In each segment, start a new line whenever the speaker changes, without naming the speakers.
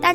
大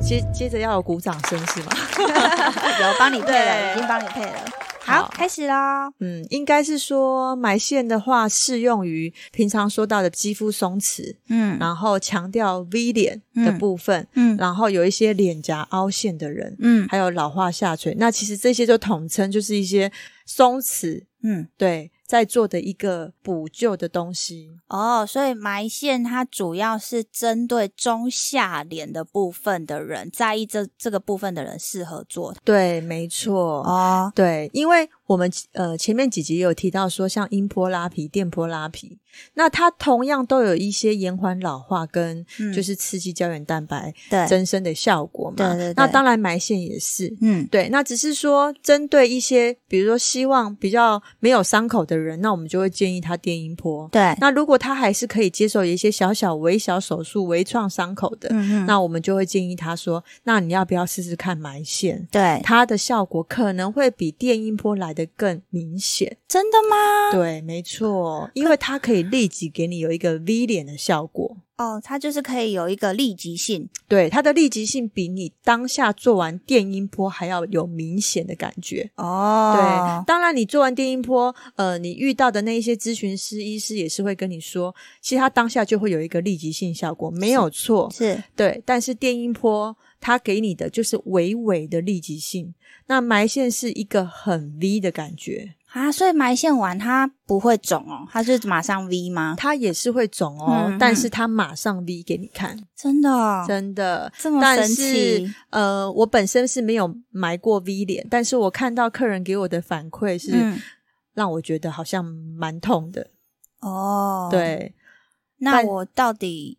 接接着要有鼓掌声是吗？
有帮你配了，
对
已经帮你配了。
好
好，开始喽。
嗯，应该是说埋线的话，适用于平常说到的肌肤松弛，
嗯
然后强调 V 脸的部分，
嗯
然后有一些脸颊凹陷的人，
嗯
还有老化下垂。那其实这些就统称就是一些松弛，
嗯，
对，在做的一个补救的东西。
哦，所以埋线它主要是针对中下脸的部分的人，在意这这个部分的人适合做。
对，没错。
哦，
对，因为我们呃前面几集也有提到说，像音波拉皮、电波拉皮，那它同样都有一些延缓老化跟
嗯
就是刺激胶原蛋白
对，
增生的效果嘛。
对对对
那当然埋线也是。
嗯
对，那只是说针对一些，比如说希望比较没有伤口的人，那我们就会建议他电音波。
对，
那如果他还是可以接受一些小小微小手术、微创伤口的，
嗯嗯，
那我们就会建议他说：“那你要不要试试看埋线？
对，
它的效果可能会比电音波来的更明显。
真的吗？
对，没错，因为它可以立即给你有一个 V 脸的效果。
哦，它就是可以有一个立即性。
对，它的立即性比你当下做完电音波还要有明显的感觉。
哦
对，，当然你做完电音波，呃，你遇到的那一些咨询师、医师也是会跟你说，其实他当下就会有一个立即性效果，没有错。
是
对，但是电音波它给你的就是微微的立即性，那埋线是一个很 V 的感觉，
啊，所以埋线完它不会肿哦，它是马上 V 吗？
它也是会肿哦，
嗯
但是它马上 V 给你看，
真的、哦，
真的。
这么
但
神
是
奇？，
呃，我本身是没有埋过 V 脸，但是我看到客人给我的反馈是
嗯，
让我觉得好像蛮痛的。
哦，，
对，
那
但
我到底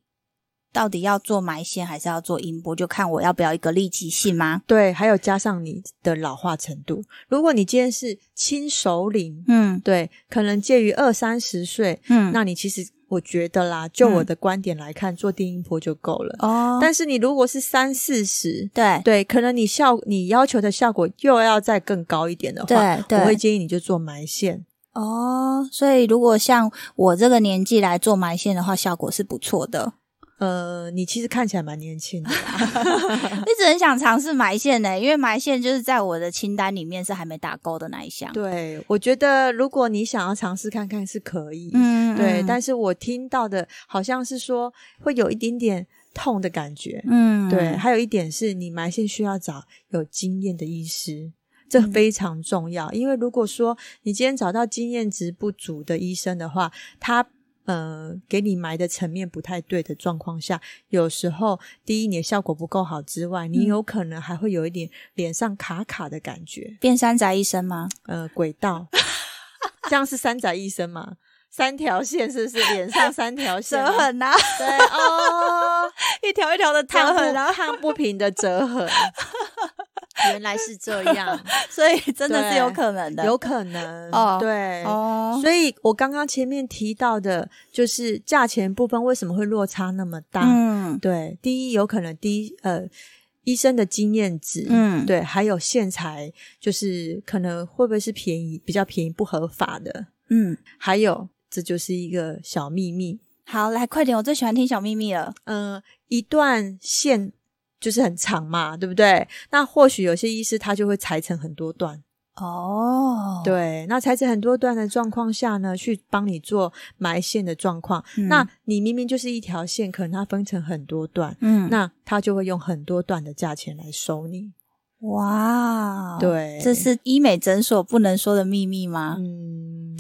到底要做埋线还是要做音波？就看我要不要一个立即性吗？
对，还有加上你的老化程度，如果你今天是轻熟龄，
嗯
对，可能介于二三十岁，
嗯，
那你其实我觉得啦，就我的观点来看，做低音波就够了。
哦
但是你如果是三四十，
对
对，可能你效你要求的效果又要再更高一点的话，
对对
我会建议你就做埋线。
哦，所以如果像我这个年纪来做埋线的话，效果是不错 的。
呃，你其实看起来蛮 年轻的，
一直很想尝试埋线呢、因为埋线就是在我的清单里面是还没打勾的那一项。
对我觉得如果你想要尝试看看是可以，
嗯，嗯，
对，
嗯
但是我听到的好像是说会有一点点痛的感觉，
嗯，
对，还有一点是你埋线需要找有经验的医师，这
嗯
非常重要。因为如果说你今天找到经验值不足的医生的话，他呃给你埋的层面不太对的状况下，有时候第一你的效果不够好之外，
嗯
你有可能还会有一点脸上卡卡的感觉，
变山宅医生吗？
呃，轨道，这样是三宅医生吗？三条线是不是脸上三条线 吗？
啊，
对哦。
一条一条的啊
烫
折痕
不烫不平的折 痕。原来是这样，
所以真的是
对
有可能的。
有可能
哦
对。
哦，
所以，我刚刚前面提到的，就是价钱部分为什么会落差那么大？
嗯
对，第一有可能第一呃，医生的经验值，
嗯，
对，还有线材，就是可能会不会是便宜，比较便宜不合法的，
嗯，
还有这就是一个小秘密，
好，来快点，我最喜欢听小秘密了。
嗯，一段线就是很长嘛，对不对？那或许有些医师他就会裁成很多段，
哦，，
对。那裁成很多段的状况下呢，去帮你做埋线的状况。
嗯
那你明明就是一条线，可能它分成很多段，
嗯，
那他就会用很多段的价钱来收你。
哇，，
对，
哦这是医美诊所不能说的秘密吗？
嗯，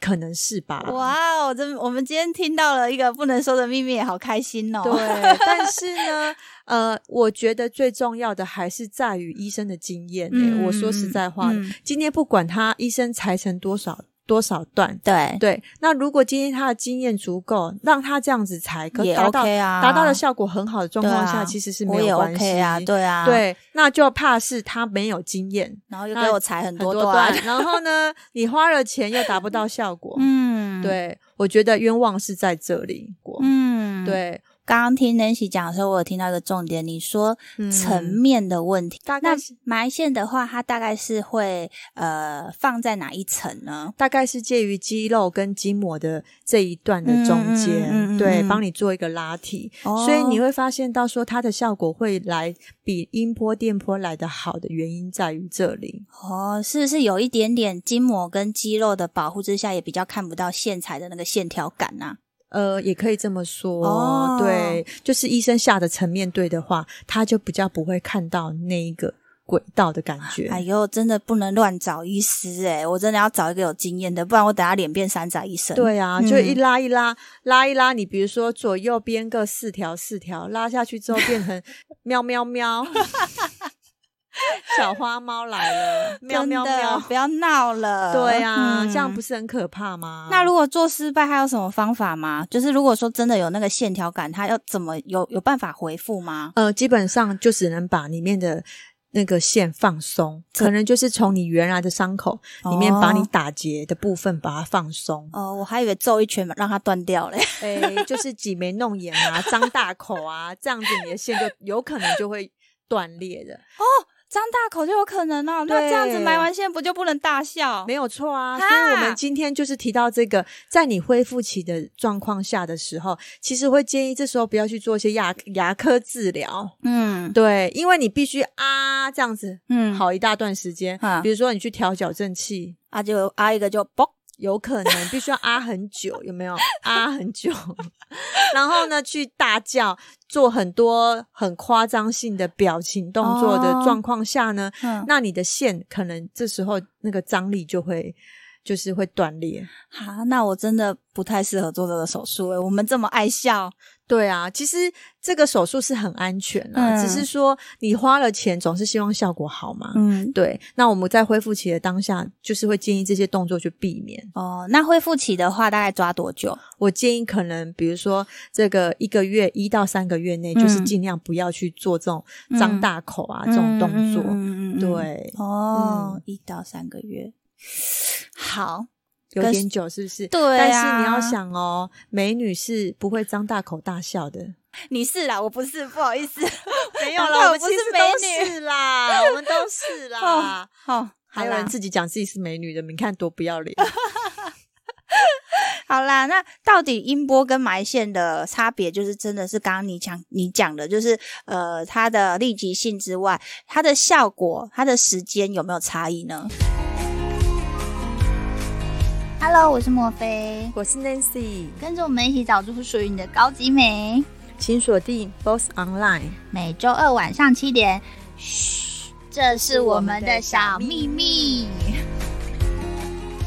可能是吧。
哇哦，这我们今天听到了一个不能说的秘密，好开心哦！
对，但是呢，呃，我觉得最重要的还是在于医生的经验、欸。
嗯
我说实在话的，
嗯
今天不管他医生裁成多少多少段，
对
对，那如果今天他的经验足够，让他这样子裁，可
也
达到、
OK 啊
达到的效果很好的状况下，
对啊
其实是
我
没
也
有关系
OK 啊，对啊，，
对，那就怕是他没有经验，
然后又给我裁很
很
多
多段， 然后呢，你花了钱又达不到效果，
嗯，，
对我觉得冤枉是在这里。我
嗯，。
对，
刚刚听 Nancy 讲的时候，我有听到一个重点，你说
嗯
层面的问题。
大
那
概是
埋线的话，它大概是会呃放在哪一层呢？
大概是介于肌肉跟筋膜的这一段的中间，
嗯嗯嗯嗯嗯
对，
嗯
帮你做一个拉提，所以
哦
你会发现到说它的效果会来比音波、电波来的好的原因在于这里。
哦，是不是有一点点筋膜跟肌肉的保护之下，也比较看不到线材的那个线条感啊呐、
呃，也可以这么说，
哦
对，就是医生下的层面对的话，他就比较不会看到那一个轨道的感觉。
哎呦，真的不能乱找医师诶、我真的要找一个有经验的，不然我等下脸变山寨医生。，
对啊，就
嗯
一拉一拉，拉一拉。你比如说左右边各四条，四条拉下去之后变 成喵喵喵，小花猫 来了，喵
真
喵
的
喵。
不要闹了。
对啊，
嗯
这样不是很可怕吗？
那如果做失败，还有什么方法吗？就是如果说真的有那个线条感，它要怎么有有办法回复吗？
呃，基本上就只能把里面的那个线放松，可能就是从你原来的伤口里面把你
哦
打结的部分把它放松，
哦，我还以为揍一拳让它断掉嘞。
诶、就是挤眉弄眼啊，张大口啊，这样子你的线就有可能就会断裂的。
张大口就有可能哦。那
对
这样子埋完线不就不能大笑？
没有错啊，所
哈
以我们今天就是提到这个，在你恢复期的状况下的时候，其实会建议这时候不要去做一些牙牙科治疗，
嗯
对，因为你必须啊这样子
嗯，
好一大段时间，
啊
比如说你去调矫正器，
啊就啊一个就嘣，
有可能必须要啊很久，有没有啊很久？ 然后呢，去大叫，做很多很夸张性的表情动作的
哦
状况下呢，
嗯，
那你的线可能这时候那个张力就会就是会断裂。
好，那我真的不太适合做这个手术欸诶。我们这么爱笑，
对啊，其实这个手术是很安全啊，
嗯
只是说你花了钱，总是希望效果好嘛。
嗯。
对，那我们在恢复期的当下，就是会建议这些动作去避免。
哦，那恢复期的话大概抓多久？啊
我建议可能，比如说这个一个月一到三个月内，就是
嗯
尽量不要去做这种张大口啊、这种动作。
嗯嗯嗯嗯嗯嗯
对，
哦
嗯，
一到三个月。好，
有
可是
点久是不是？
对
但
啊
是你要想哦，美女是不会张大口大笑的。
你是啦，我不是，不好意思。
没
有啦我
我
们
们其
其实
实都
都
是 啦，我们都是啦
啦。哦， 好
还有
啦
人自己讲自己是美女的，你看多不要脸。
好啦，那到底音波跟埋线的差别，就是真的是刚刚你讲你讲的，就是呃，它的立即性之外，它的效果、它的时间有没有差异呢？Hello，我是莫菲，
我是 Nancy，
跟着我们一起找出属于你的高级美。
请锁定 Boss Online。
每周二晚上七点，嘘，这是
我们的小秘
密。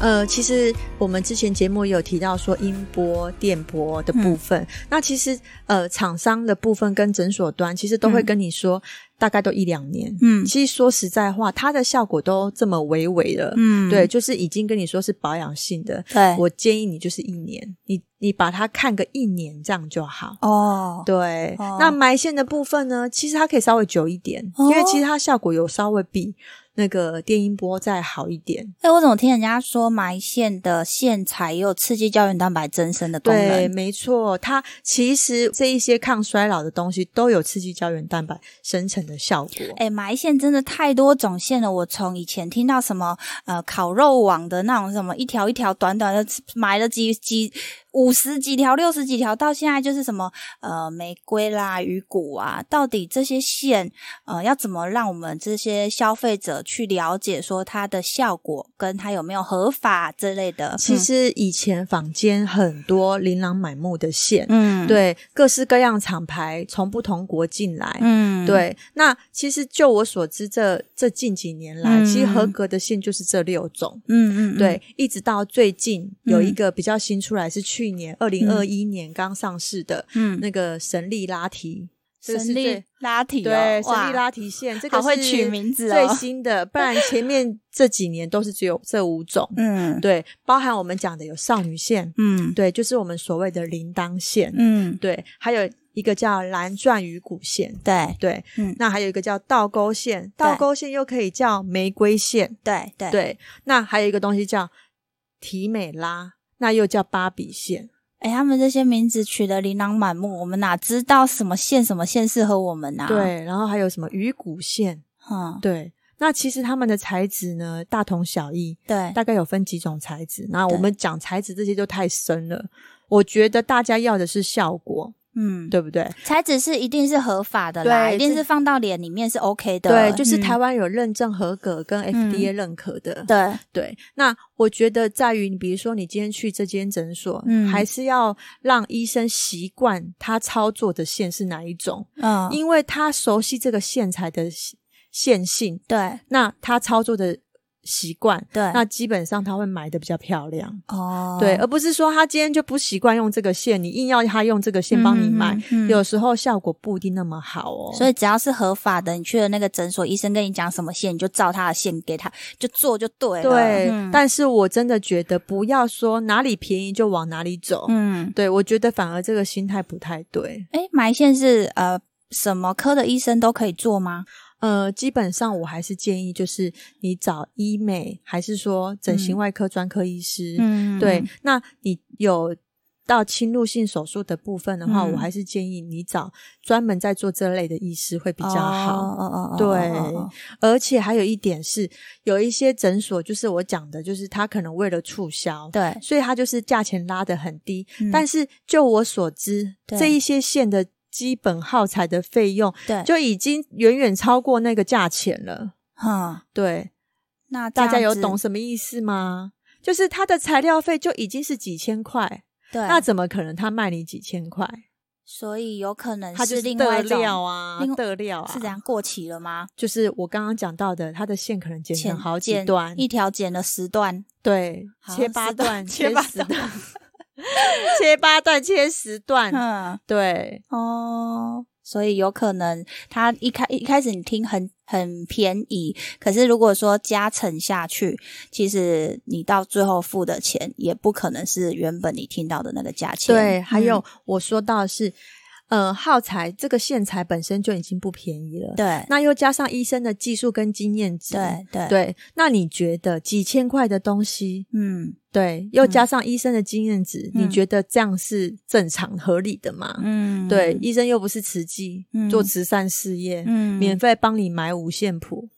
呃，其实我们之前节目有提到说音波、电波的
嗯
部分，那其实呃厂商的部分跟诊所端其实都会
嗯
跟你说，大概都一两年。
嗯
其实说实在话，它的效果都这么微微了。
嗯，
对，就是已经跟你说是保养性的，
对，
我建议你就是一年，你你把它看个一年，这样就好。
哦，
对，
哦
那埋线的部分呢，其实它可以稍微久一点，因为
哦
其实它效果有稍微比那个电音波再好一点。
哎、我怎么听人家说埋线的线材也有刺激胶原蛋白增生的功
对，
能？
没错，它其实这一些抗衰老的东西都有刺激胶原蛋白生成的效果。
哎、埋线真的太多种线了。我从以前听到什么呃烤肉网的那种什么一条一条短短的埋了几几五十几条、六十几条，到现在就是什么呃玫瑰啦、鱼骨啊，到底这些线呃要怎么让我们这些消费者去了解说它的效果跟它有没有合法之类的？
其实以前坊间很多琳琅满目的线，
嗯，嗯，
对各式各样厂牌从不同国进来，
嗯，
对，那其实就我所知，这这近几年来，其实合
嗯
格的线就是这六种。
嗯，嗯嗯，
对，一直到最近有一
嗯
个比较新出来，是去年二零二一年刚上市的
嗯，
那个神力拉提，这个
神
是最
力拉提、哦，
对神
哇
力拉提线，这个
好会
是
取名字
最
哦
新 的，不然前面这几年都是只有这五种。
嗯
对，包含我们讲的有少女线，
嗯
对，就是我们所谓的铃铛线，
嗯，
对，还有一个叫蓝钻鱼骨线，
对
对，
嗯
那还有一个叫倒钩线，倒钩线又可以叫玫瑰线，
对对
对，那还有一个东西叫提美拉，那又叫芭比线，
哎、他们这些名字取得琳琅满目，我们哪知道什么线什么线适合我们啊？，
对，然后还有什么鱼骨线，
嗯，
对。那其实它们的材质呢，大同小异，
对，
大概有分几种材质。那我
对
们讲材质这些就太深了，我觉得大家要的是效果，
嗯，
对不对？
材质是一定是合法的啦，
对
一定
这
是放到脸里面是 OK 的，
对，就是台
湾、
湾有认证合格跟 FDA 认可的，
对，
嗯对，那我觉得在于你，比如说你今天去这间诊所，
嗯
还是要让医生习惯他操作的线是哪一种，
嗯，
因为他熟悉这个线材的线线性，
对
那他操作的习惯，
对，
那基本上他会买的比较漂亮。
哦，
对，而不是说他今天就不习惯用这个线，你硬要他用这个线帮你买，
嗯嗯嗯
有时候效果不一定那么好哦。
所以只要是合法的，你去了那个诊所，医生跟你讲什么线，你就照他的线给他，就做就对了。
对，
嗯
但是我真的觉得不要说哪里便宜就往哪里走，
嗯，
对，我觉得反而这个心态不太对。
哎，埋线是呃什么科的医生都可以做吗？
呃，基本上我还是建议，就是你找医美，还是说整形
嗯
外科专科医师。
嗯
对，那你有到侵入性手术的部分的话，
嗯
我还是建议你找专门在做这类的医师会比
比
较好。
哦哦哦，
对
哦哦
而且还有一点是，有一些诊所就是我讲的，就是他可能为了促销，
对，
所以它就是价钱拉得很低。
嗯
但是就我所知，
对
这一些线的基本耗材的费用
对
就已经远远超过那个价钱了。
嗯，
对，
那这
大家
样
有
子
懂什么意思吗？就是它的材料费就已经是几千块，
对，
那怎么可能他卖你几千块？
所以有可能
它就是
另
的
外一种
料啊
另，
的料啊，
是这样过期了吗？
就是我刚刚讲到的，它的线可能剪成
剪
好几
剪
段，
一条剪了十段，
对，
好
切八
十段
段，
切
切
八
十段，切八段，切十段，
嗯
对，
哦。所以有可能，它一开一开始你听很很便宜，可是如果说加成下去，其实你到最后付的钱也不可能是原本你听到的那个价钱。
对，还
嗯
有我说到的是，呃，耗材这个线材本身就已经不便宜了，
对
那又加上医生的技术跟经验值，
对对，
对，那你觉得几千块的东西，
嗯
对，又加上医生的经验值，
嗯
你觉得这样是正常合理的吗？
嗯，
对，医生又不是慈济，
嗯
做慈善事业，
嗯
免费帮你买五线谱，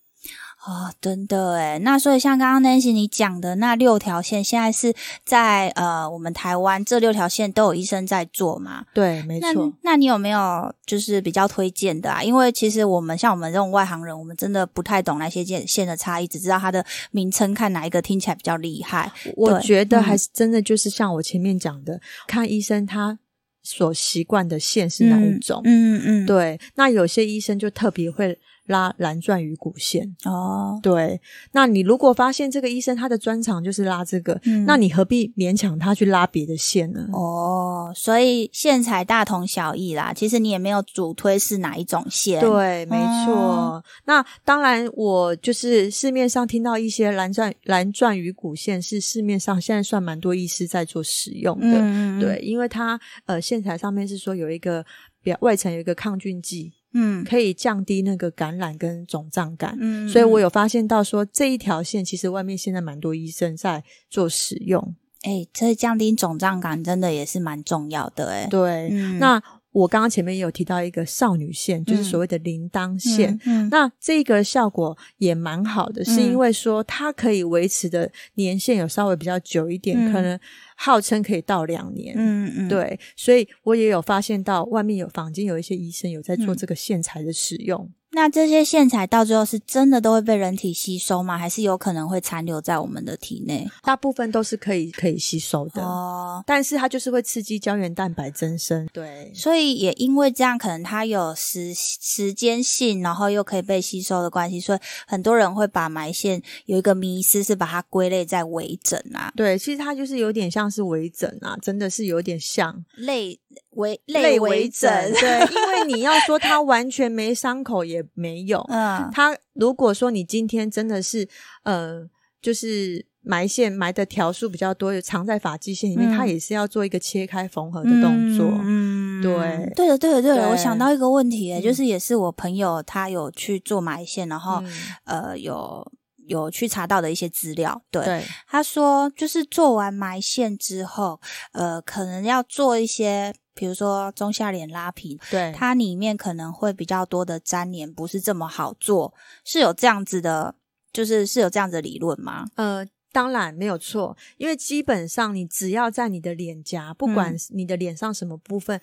哦，真的诶那所以像刚刚 Nancy 你讲的那六条线，现在是在呃我们台湾这六条线都有医生在做嘛？
对，没
那
错，
那你有没有就是比较推荐的啊？因为其实我们像我们这种外行人，我们真的不太懂那些线线的差异，只知道它的名称，看哪一个听起来比较厉害。
我
对
觉得
嗯
还是真的就是像我前面讲的，看医生他所习惯的线是哪一种，
嗯嗯，嗯，
对，那有些医生就特别会拉蓝钻鱼骨线。
哦，
对，那你如果发现这个医生他的专长就是拉这个，
嗯
那你何必勉强他去拉别的线呢？
哦，所以线材大同小异啦。其实你也没有主推是哪一种线，
对，没错。
哦
那当然，我就是市面上听到一些蓝钻蓝钻鱼骨线是市面上现在算蛮多医师在做使用的，
嗯，嗯，
对，因为它呃线材上面是说有一个表外层有一个抗菌剂，
嗯
可以降低那个感染跟肿胀感。
嗯，
所以
嗯
我有发现到说这一条线，其实外面现在蛮多医生在做使用。
哎，这降低肿胀感真的也是蛮重要的哎。
对，
嗯
那我刚刚前面也有提到一个少女线，就是
嗯
所谓的铃铛线。，
嗯
那这个效果也蛮好的，是因为说它可以维持的年限有稍微比较久一点，
嗯
可能号称可以到两年。
嗯嗯，
对，所以我也有发现到外面有坊间有一些医生有在做
嗯
这个线材的使用。
那这些线材到最后是真的都会被人体吸收吗？还是有可能会残留在我们的体内？
大部分都是可以可以吸收的，
哦，
但是它就是会刺激胶原蛋白增生。对
所以也因为这样，可能它有时时间性，然后又可以被吸收的关系，所以很多人会把埋线有一个迷思是把它归类在微整啊，
对，其实它就是有点像是微整啊，真的是有点像
类微
类
微
微整。对，因为你要说它完全没伤口也没有，
嗯
它如果说你今天真的是呃，就是。埋线埋的条数比较多，藏在发际线里
嗯
面，它也是要做一个切开缝合的动作。
嗯，嗯
对
对的，对的，对的。
对
我想到一个问题、欸，
嗯
就是也是我朋友他有去做埋线，然后、
嗯
呃有有去查到的一些资料，对，
对，
他说，就是做完埋线之后，呃，可能要做一些，比如说中下脸拉皮，
对，
它里面可能会比较多的粘连，不是这么好做，是有这样子的，就是是有这样子的理论吗？
呃，当然没有错，因为基本上你只要在你的脸颊，不
嗯
管是你的脸上什么部分。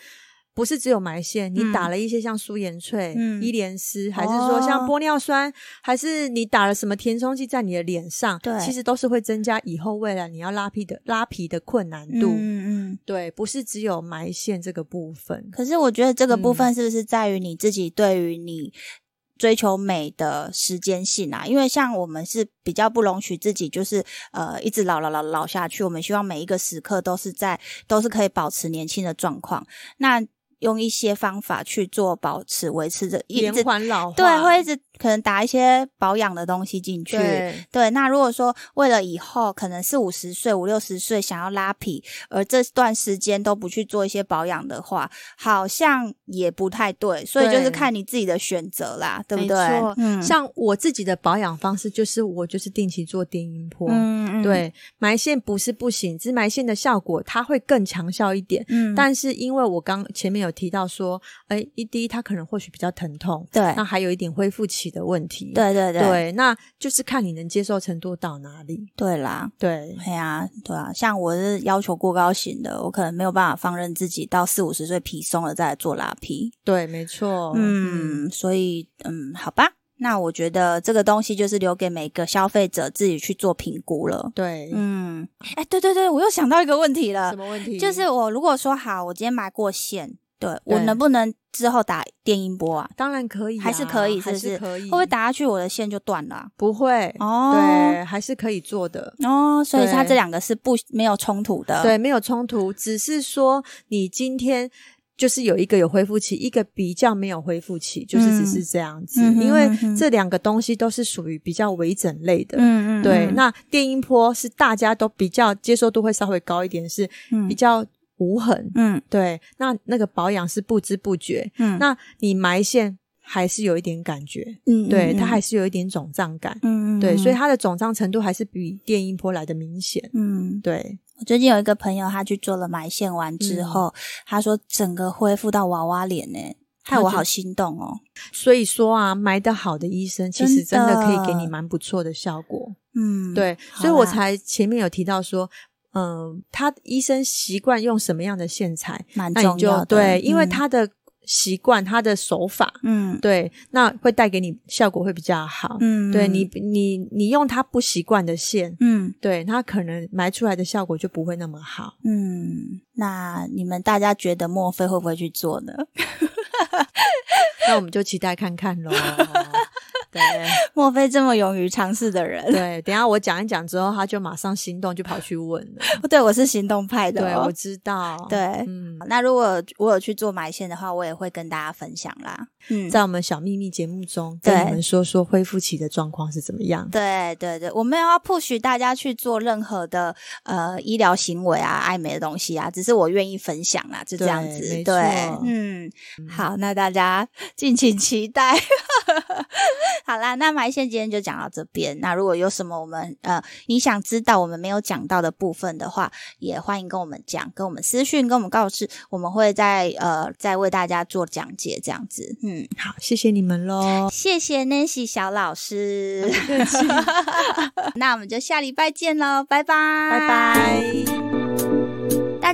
不是只有埋线，你
嗯
打了一些像苏颜萃、
嗯
伊莲丝，还是说像
哦
玻尿酸，还是你打了什么填充剂在你的脸上，
对
其实都是会增加以后未来你要拉皮的拉皮的困难度。
嗯嗯。
对，不是只有埋线这个部分。
可是我觉得这个
嗯
部分是不是在于你自己对于你追求美的时间性啊？因为像我们是比较不容许自己就是呃一直老老老老下去，我们希望每一个时刻都是在都是可以保持年轻的状况。那用一些方法去做保持维持着一
延
直
缓老化，
对，会一直可能打一些保养的东西进去。
对
对，那如果说为了以后可能四五十岁、五六十岁想要拉皮，而这段时间都不去做一些保养的话，好像也不太对，所以就是
对
看你自己的选择啦，对不对
没错？
嗯
像我自己的保养方式，就是我就是定期做电音波，
嗯，
对，埋线不是不行，只是埋线的效果它会更强效一点。
嗯，嗯，
但是因为我刚前面有提到说，哎，一第一它可能或许比较疼痛，
对
那还有一点恢复期的问题。
对对对
对，那就是看你能接受程度到哪里。
对啦。
对，
哎呀、对啊，像我是要求过高型的，我可能没有办法放任自己到四五十岁皮松了再来做拉皮。
对，没错。
嗯，所以嗯，好吧，那我觉得这个东西就是留给每个消费者自己去做评估了。
对。
嗯，哎，对对对，我又想到一个问题了
什，么问题？
就是我如果说好，我今天买过线，对我
对
能不能之后打电音波啊？
当然可以啊、
还是可以是
还
不是
是可以，
会不会？打下去我的线就断了啊、
不会。
哦，
对，还是可以做的。
对，哦，所以它
对
这两个是不没有冲突的。，
对，没有冲突，只是说你今天就是有一个有恢复期，一个比较没有恢复期，就是只是这样子。
嗯哼
因为
嗯哼
这两个东西都是属于比较微整类的。
嗯嗯，
对，
嗯
那电音波是大家都比较接受度会稍微高一点，是
嗯
比较无痕。
嗯
对，那那个保养是不知不觉，
嗯，
那你埋线还是有一点感觉，
嗯
对，它还
是
是有一点肿胀感，
嗯嗯
对，
嗯
所以它的肿胀程度还是比电音波来的明显，
嗯，
对，
我最近有一个朋友，他去做了埋线完
嗯
之后，他说整个恢复到娃娃脸呢、害我好心动哦。
所以说啊，埋的好的医生其实真
真的
的可以给你蛮不错的效果，
嗯，，
对，
好
所以我
啦
才前面有提到说。嗯，他医生习惯用什么样的线材，
蛮
那你
重要
就
的。
对，因为
嗯
他的习惯、他的手法，
嗯
对，那会带给你效果会比较好。
嗯，
对你，你你用他不习惯的线，
嗯
对，它可能埋出来的效果就不会那么好。
嗯，那你们大家觉得莫非会不会去做呢？
那我们就期待看看喽。 对
莫非这么勇于尝试的人？
对，等一下我讲一讲之后，他就马上心动，就跑去问了。
对，我是行动派的
对，
哦、
我知道。，
对。
嗯，
那如果我有去做埋线的话，我也会跟大家分享啦。嗯，
在我们小秘密节目中，
对
跟你们说说恢复期的状况是怎么样。
对对对，我没有要 push 大家去做任何的呃医疗行为啊、爱美的东西啊，只是我愿意分享啦，就这样
对
子。
没
对，
错
嗯，好，那大家敬请期待。 好啦，那埋线今天就讲到这边。那如果有什么我们呃你想知道我们没有讲到的部分的话，也欢迎跟我们讲，跟我们私讯，跟我们告知，我们会在呃再为大家做讲解这样子。嗯，
好，谢谢你们喽。
谢谢 Nancy 小老师。
不客气，
那我们就下礼拜见喽，拜拜，
拜。拜。
大